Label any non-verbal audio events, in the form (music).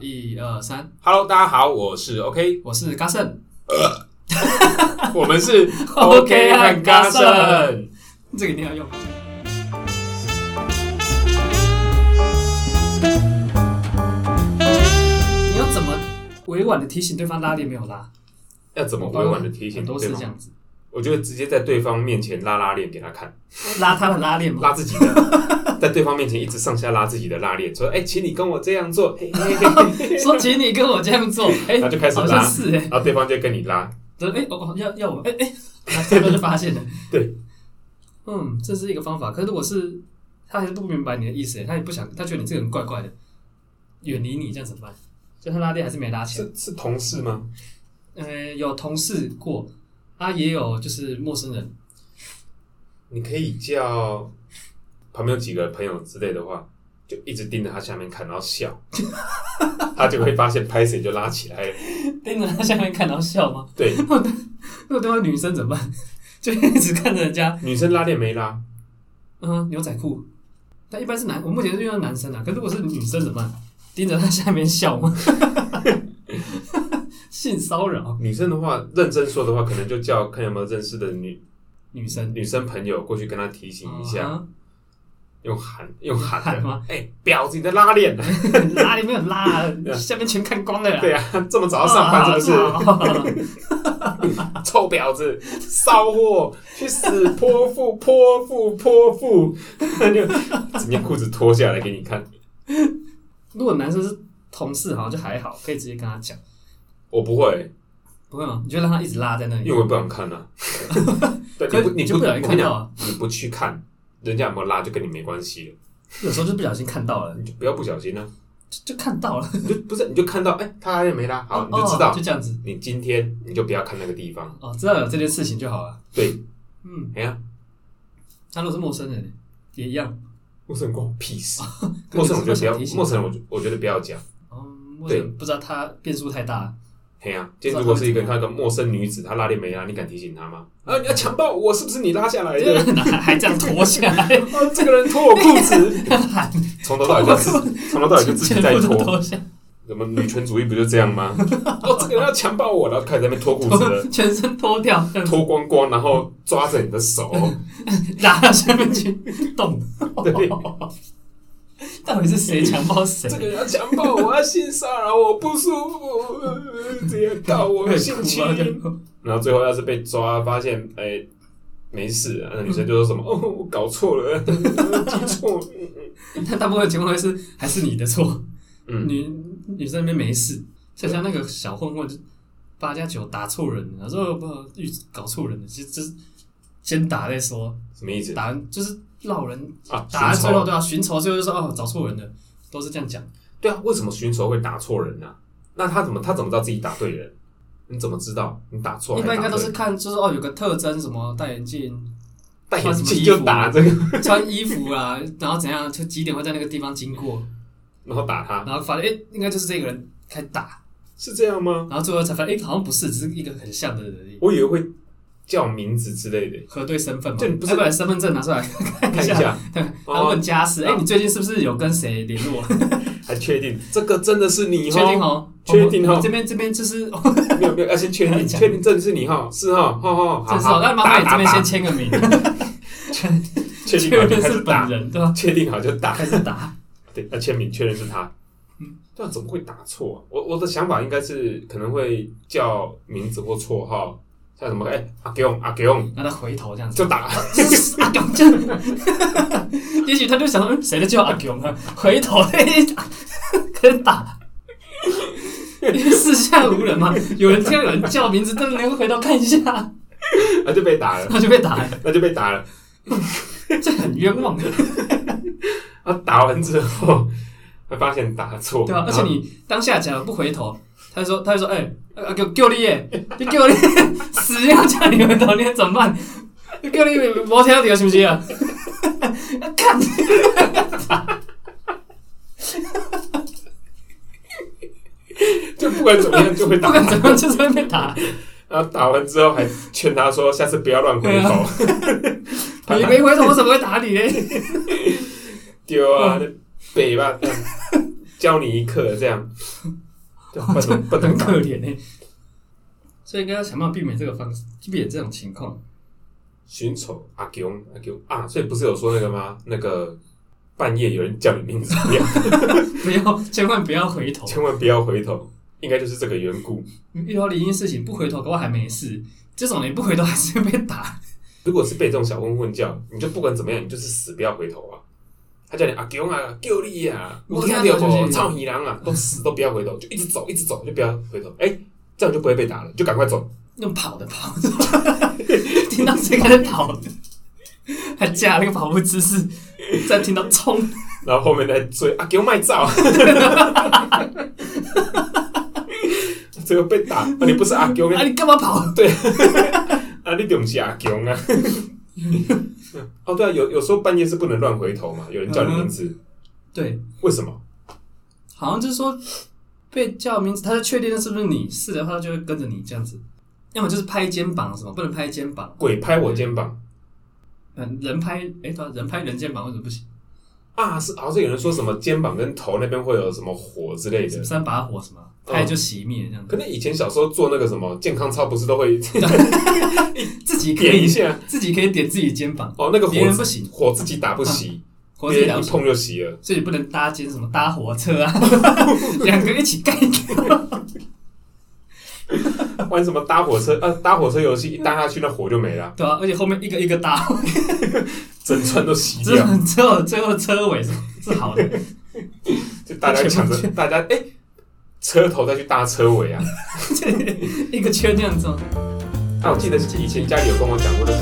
一二三， Hello，大家好，我是 (laughs) OK，我是嘉盛。我们是 OK 和嘉嘉盛盛。这个一定要用。你要怎么委婉的提醒对方拉链没有拉？要怎么委婉的提醒很多是对这方？样子，我觉得直接在对方面前拉拉链给他 (laughs) 看，拉他的拉链嘛。拉自己的，在对方面前一直上下拉自己的拉链，说：“哎、请你跟我这 (laughs) 样做。 (laughs) 嘿嘿嘿嘿说，请你跟我这样做，哎、那就开始好像拉是哎、然后对方就跟你拉，对，哎、哦，要要我，哎、哎，他、们就发现了。对，嗯，这是一个方法。可是如果是他还是不明白你的意思，哎他也不想，他觉得你这个人怪怪的，远离你，这样怎么办？就他拉链还是没拉起来。是是同事吗？呃，有同事过，啊，也有就是陌生人，你可以叫旁边有几个朋友之类的话，就一直盯着他下面看，然 (laughs) 后笑，他就会发现拍谁就拉起来了。盯着他下面看，然后笑吗？对，如果对方女生怎么办？ (laughs) 就一直看着人家，女生拉链没拉，嗯，牛仔裤。但一般是男，我目前是遇到男生啊。可是如果是女生怎么办？盯着他下面笑吗？ (laughs) 性骚扰女生的话，认真说的话，可能就叫看有没有认识的女女生。女生朋友过去跟她提醒一下，啊用喊用喊的 (laughs) 喊啊吗？哎、婊子，你的拉链！ (laughs) 拉里面有拉对啊，下面全看光了啦。啊对啊，这么早上班是不不是？是？臭婊子，骚货，去死！泼妇，泼妇，泼妇！ (laughs) 就整件裤子脱下来给你看。如果男生是同事，好像就还好，可以直接跟他讲，我不会，不不会吗？你就让他一直拉在那因里为，我不想看啊。 (laughs) 对，可你是不，你你就不，不小心我跟看你到讲，啊，你不去看，人家有没有拉就跟你没关系了，有时候就不小心看到了，你就不要不小心啊。就就看到了，你就不是，你就看到，哎、他拉链没拉，好，你就知哦道就，这样子，你今天你就不要看那个地方。哦，知道有这件事情就好了。对，嗯，哎呀，他如果是陌生人，也一样，陌生人关我屁 (laughs) 事。陌生人我觉得不提要，醒陌生人我就我觉得不要讲。哦，陌生人不知道他变数太大，嘿呀、今天如果是一个那个陌生女子，她拉链没拉，你敢提醒她吗？啊，你要强暴我，是不是你拉下来 (laughs) 这的？个还还这样脱下 (laughs) 来， (laughs) 啊， (laughs) 这个人脱我裤 (laughs) 子，喊从头到尾就自从头到尾就自己全在部都脱。脱下，什么女权主义不就这样吗？ (laughs) 哦，这个人要强暴我，然后开始在那边脱裤子了，脱 (laughs) 全身脱掉，这样脱光光，然后抓着你的 (laughs) 手，拉到下面去 (laughs) 动。对，到底是谁强暴谁？这个人要强暴我，要性骚扰我，不舒 (laughs) 服，呃这样告我 (laughs) 性侵。啊然后最后要是被抓，发现哎、没事、啊，那女生就说什么 (laughs) 哦，我搞错了， (laughs) 记错了，但大部分情况会是 (laughs) 还是你的 (laughs) 错，嗯，女女生那边没事，像像那个小混混就八加九打错人了，然后说不遇搞错人了，其实就是先打再说，什么意思打完就是闹人，啊？打完寻最后仇对啊，寻仇最后就说哦找错人了，都是这样讲。对啊，为什么寻仇会打错人呢、啊？那他怎么他怎么知道自己打对人？你怎么知道你打错？一般应该都还是打看就是哦有个特征什么戴眼镜、对人戴眼穿什么镜衣服就打这个，穿衣服啦， (laughs) 然后怎样就几点会在那个地方经过，然后打他然后发现哎、应该就是这个人开始打，是这样吗？然后最后才发现哎、好像不是，只是一个很像的人而已。我以为会叫名字之类的，核对身份嘛，这你不是要把身份证拿出来看看一， (laughs) 下，然后哦问，家事，啊哎、你最近是不是有跟谁联络？还确定这个真的是你确哦？定哦，确定哦我们这边这边就是，哦没有没有，要先 (laughs) 确定，确定这是你哈，是哈，哈哈，好这是好，好，那麻打烦你这打边打先，签个名， (laughs) 确定确好就认开是始本打，人对吧？确定好就打，开始打，对，要签名确认是他。嗯这样怎么会打错啊？我我的想法应该是可能会叫名字或绰号，像什么哎阿给勇阿给勇让他回头这 (laughs) 样子， (laughs) 就打，就是阿勇这样，也许他就想说嗯谁的叫阿勇啊，回头嘿打，开始打。四下无人嘛，有人听到有人叫名字，但是连回头看一下，然那就被打了，后就被打了，那就被打了。这很冤枉欸的。啊，打完之后会发现打错，对啊，而且然后你当下讲了不回头，他就说，他就说，哎、啊给我给我力耶，你给我力，死要叫你回头，你怎么办？你给我力，没听到这个是不是啊？看，就不管怎么样就 (laughs) 会不打。管怎么样就是会被打，然后打完之后还劝他说，下次不要乱回啊头，怕你他没回头我怎么会打你呢？丢啊，那北吧，教你一课这样，对不能不能 (laughs) 很打可怜哎、所以应该要想办法避免这个方式，避免这种情况。寻仇阿勇阿勇啊，所以不是有说那个吗？那个半夜有人叫你名字，不要 (laughs) 不要，千万不要回头。千万不要回头，应该就是这个缘故。你遇到灵异事情不回头，搞不好还没事。这种人不回头还是会被打。如果是被这种小混混叫，你就不管怎么样，你就是死不要回头啊！他叫你阿勇啊，救你啊，我我听听到到就是我操你娘啊，都死都不要回头，就一直走，一直走，就不要回头。哎、这样就不会被打了，就赶快走。用跑的跑 (laughs) 的，听到谁开始跑的，还架那个跑步姿势，再听到冲，然后后面再追阿勇卖照， (laughs) 最后被打。啊、你不是阿勇，啊你干嘛跑？啊，你就不是阿强啊！ (laughs) 哦，对啊，有有时候半夜是不能乱回头嘛，有人叫你名字，对，为什么？好像就是说被叫名字，他就确定是不是你，是的话就会跟着你这样子。要么就是拍肩膀什么，不能拍肩膀，鬼拍我肩膀嗯，人拍，哎、对啊、人拍人肩膀为什么不行？啊！是好像有人说什么肩膀跟头那边会有什么火之类什的么，三把火什么，拍就熄灭这样子，可能以前小时候做那个什么健康操，不是都会 (laughs) 自己可点一以下？自己可以点自己肩膀，哦，那个火别人不行，火自己打不熄，火别是人了一解，碰就熄了。所以不能搭肩什么搭火车 (laughs) 啊，两个一起干掉。玩什么搭火车啊？搭火车游戏一搭下去，那火就没了，对啊，而且后面一个一个搭，整串都熄只有掉，只有 (laughs) 最后车尾是是好的，就大家抢着，大家哎、车头再去搭车尾啊。一个圈这样子哦。啊，我记得以前家里有跟我讲过，就是